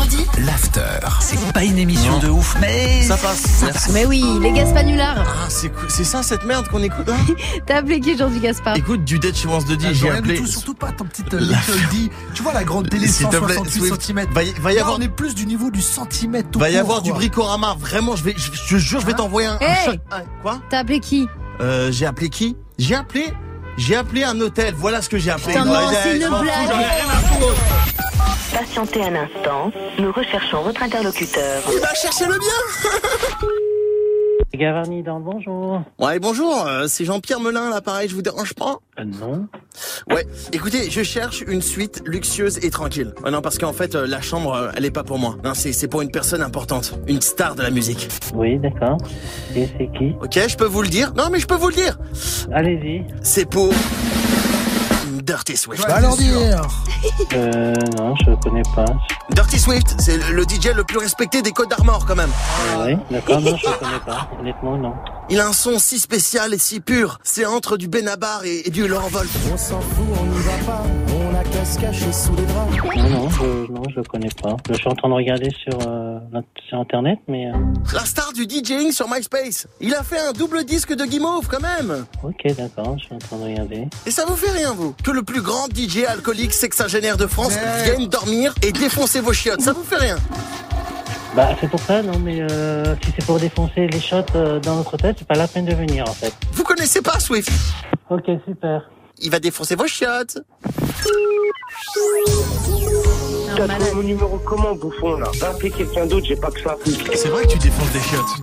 midi, l'after. C'est pas une émission de ouf, mais Ça passe. Merci. Mais oui, les Gaspanulars. Ah, c'est cou- c'est ça cette merde qu'on écoute hein T'as appelé qui aujourd'hui, Gaspard Écoute, du Dead She Wants to Die, Ah, j'ai rien appelé. du tout, surtout pas ton petit euh, La- Little D. Tu vois la grande télé S'il te plaît, 168 Swift, cm. va y- va y avoir- on est plus du niveau du centimètre tout Va y court, avoir du quoi. bricorama, vraiment, je vais, je, je te jure, je vais t'envoyer un. un Hey choc. Ah, Quoi T'as appelé qui Euh, j'ai appelé qui J'ai appelé. J'ai appelé un hôtel, voilà ce que j'ai appelé. Bah, Putain, non, Ouais, c'est je une m'en fous, blague. j'en ai rien à foutre. Patientez un instant, nous recherchons votre interlocuteur. Il va chercher le bien Gavarni dans le bonjour. Ouais, bonjour, euh, c'est Jean-Pierre Melin, là, pareil, je vous dérange pas Euh, non. Ouais, écoutez, je cherche une suite luxueuse et tranquille. Ouais, non, parce qu'en fait, euh, la chambre, euh, elle est pas pour moi. Non, c'est c'est pour une personne importante, une star de la musique. Oui, d'accord. Et c'est qui Ok, je peux vous le dire Non, mais je peux vous le dire Allez-y. C'est pour Dirty Swift. Va leur dire. Euh, non, je connais pas. Dirty Swift, c'est le le DJ le plus respecté des Côtes d'Armor quand même. Euh, Oui, d'accord, non, je connais pas. Honnêtement, non. Il a un son si spécial et si pur. C'est entre du Benabar et, et du Laurent Wolf. Non, non, je, non, je connais pas. Je suis en train de regarder sur, euh, l'in- sur Internet, mais... euh, La star du DJing sur MySpace. Il a fait un double disque de Guimauve quand même. ok, d'accord, je suis en train de regarder. Et ça vous fait rien, vous Que le plus grand DJ alcoolique sexagénaire de France Ouais. vienne dormir et défoncer vos chiottes. Ça vous fait rien Bah, c'est pour ça, non, mais euh, si c'est pour défoncer les shots euh, dans notre tête, c'est pas la peine de venir, en fait. Vous connaissez pas Swift Ok, super. Il va défoncer vos chiottes. Un malade. Mon numéro comment, bouffon, là Va appeler quelqu'un d'autre, j'ai pas que ça. C'est vrai que tu défonces des chiottes.